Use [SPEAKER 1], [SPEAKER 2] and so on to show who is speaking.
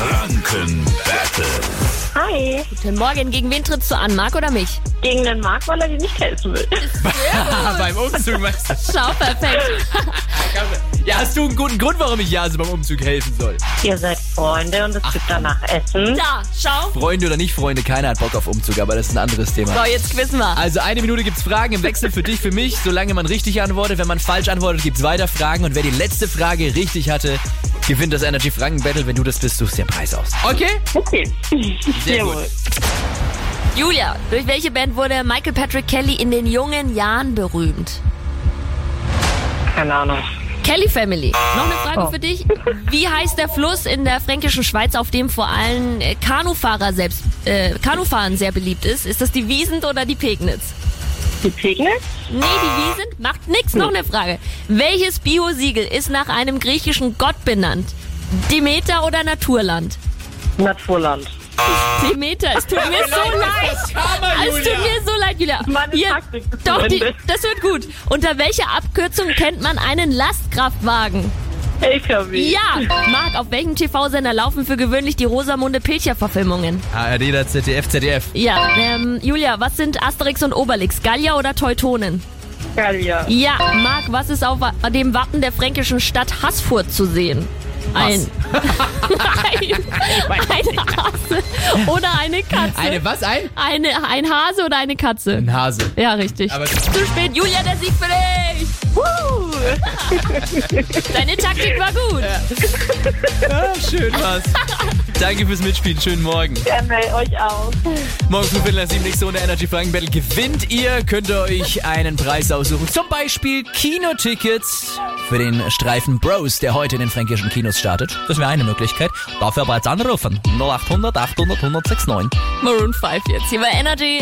[SPEAKER 1] Franken Battle.
[SPEAKER 2] Hi,
[SPEAKER 3] Guten Morgen, gegen wen trittst du an, Marc oder mich?
[SPEAKER 2] gegen den Marc, weil er dir nicht helfen will.
[SPEAKER 4] beim Umzug meinst du?
[SPEAKER 3] Schau, perfekt.
[SPEAKER 4] Ja, hast du einen guten Grund, warum ich Jase beim Umzug helfen soll?
[SPEAKER 2] Ihr seid Freunde und es gibt danach Essen.
[SPEAKER 3] Da, schau.
[SPEAKER 4] Freunde oder nicht Freunde, keiner hat Bock auf Umzug, aber das ist ein anderes
[SPEAKER 3] So,
[SPEAKER 4] Thema.
[SPEAKER 3] jetzt quissen wir.
[SPEAKER 4] Also eine Minute gibt's Fragen im Wechsel für dich, für mich, solange man richtig antwortet. Wenn man falsch antwortet, gibt's weiter Fragen und wer die letzte Frage richtig hatte, gewinnt das Energy Franken Battle. Wenn du das bist, suchst dir einen Preis aus. Okay?
[SPEAKER 2] Okay.
[SPEAKER 4] Sehr gut.
[SPEAKER 3] Julia, durch welche Band wurde Michael Patrick Kelly in den jungen Jahren berühmt?
[SPEAKER 2] Keine Ahnung.
[SPEAKER 3] Kelly Family. Noch eine Frage für dich. Wie heißt der Fluss in der fränkischen Schweiz, auf dem vor allem äh, Kanufahrer selbst, äh, Kanufahren sehr beliebt ist? Ist das die Wiesent oder die Pegnitz?
[SPEAKER 2] Die Pegnitz?
[SPEAKER 3] Nee, die Wiesent macht nix. Noch eine Frage. Welches Bio-Siegel ist nach einem griechischen Gott benannt? Demeter oder Naturland?
[SPEAKER 2] Naturland.
[SPEAKER 3] Demeter, es tut mir so leid. Es tut mir so leid, Julia.
[SPEAKER 2] Meine
[SPEAKER 3] Hier,
[SPEAKER 2] Taktik ist
[SPEAKER 3] doch,
[SPEAKER 2] zu
[SPEAKER 3] die,
[SPEAKER 2] Ende.
[SPEAKER 3] das wird gut. Unter welcher Abkürzung kennt man einen Lastkraftwagen?
[SPEAKER 2] LKW.
[SPEAKER 3] Ja, Marc, auf welchem TV-Sender laufen für gewöhnlich die Rosamunde Pilcher-Verfilmungen?
[SPEAKER 4] ARD, da ZDF, ZDF.
[SPEAKER 3] Ja, ähm, Julia, was sind Asterix und Obelix? Gallier oder Teutonen?
[SPEAKER 2] Geil, ja.
[SPEAKER 3] Ja, Marc, was ist auf wa- dem Wappen der fränkischen Stadt Haßfurt zu sehen? Ein. ein eine Hase oder eine Katze.
[SPEAKER 4] Eine was? Ein?
[SPEAKER 3] eine, ein Hase oder eine Katze?
[SPEAKER 4] Ein Hase.
[SPEAKER 3] Ja, richtig.
[SPEAKER 4] Aber-
[SPEAKER 3] Zu spät, Julia, der Sieg für dich! Woo! Deine Taktik war gut.
[SPEAKER 4] Ah, schön was. Danke fürs Mitspielen. Schönen Morgen.
[SPEAKER 2] Gerne, euch auch.
[SPEAKER 4] Morgen früh Viertel nach sieben nächste Runde Energy Franken Battle gewinnt ihr. Könnt ihr euch einen Preis aussuchen. Zum Beispiel Kinotickets für den Streifen Bros, der heute in den fränkischen Kinos startet. Das wäre eine Möglichkeit. Dafür aber jetzt anrufen. 0800 800 1069.
[SPEAKER 3] Maroon 5 jetzt. Hier bei Energy.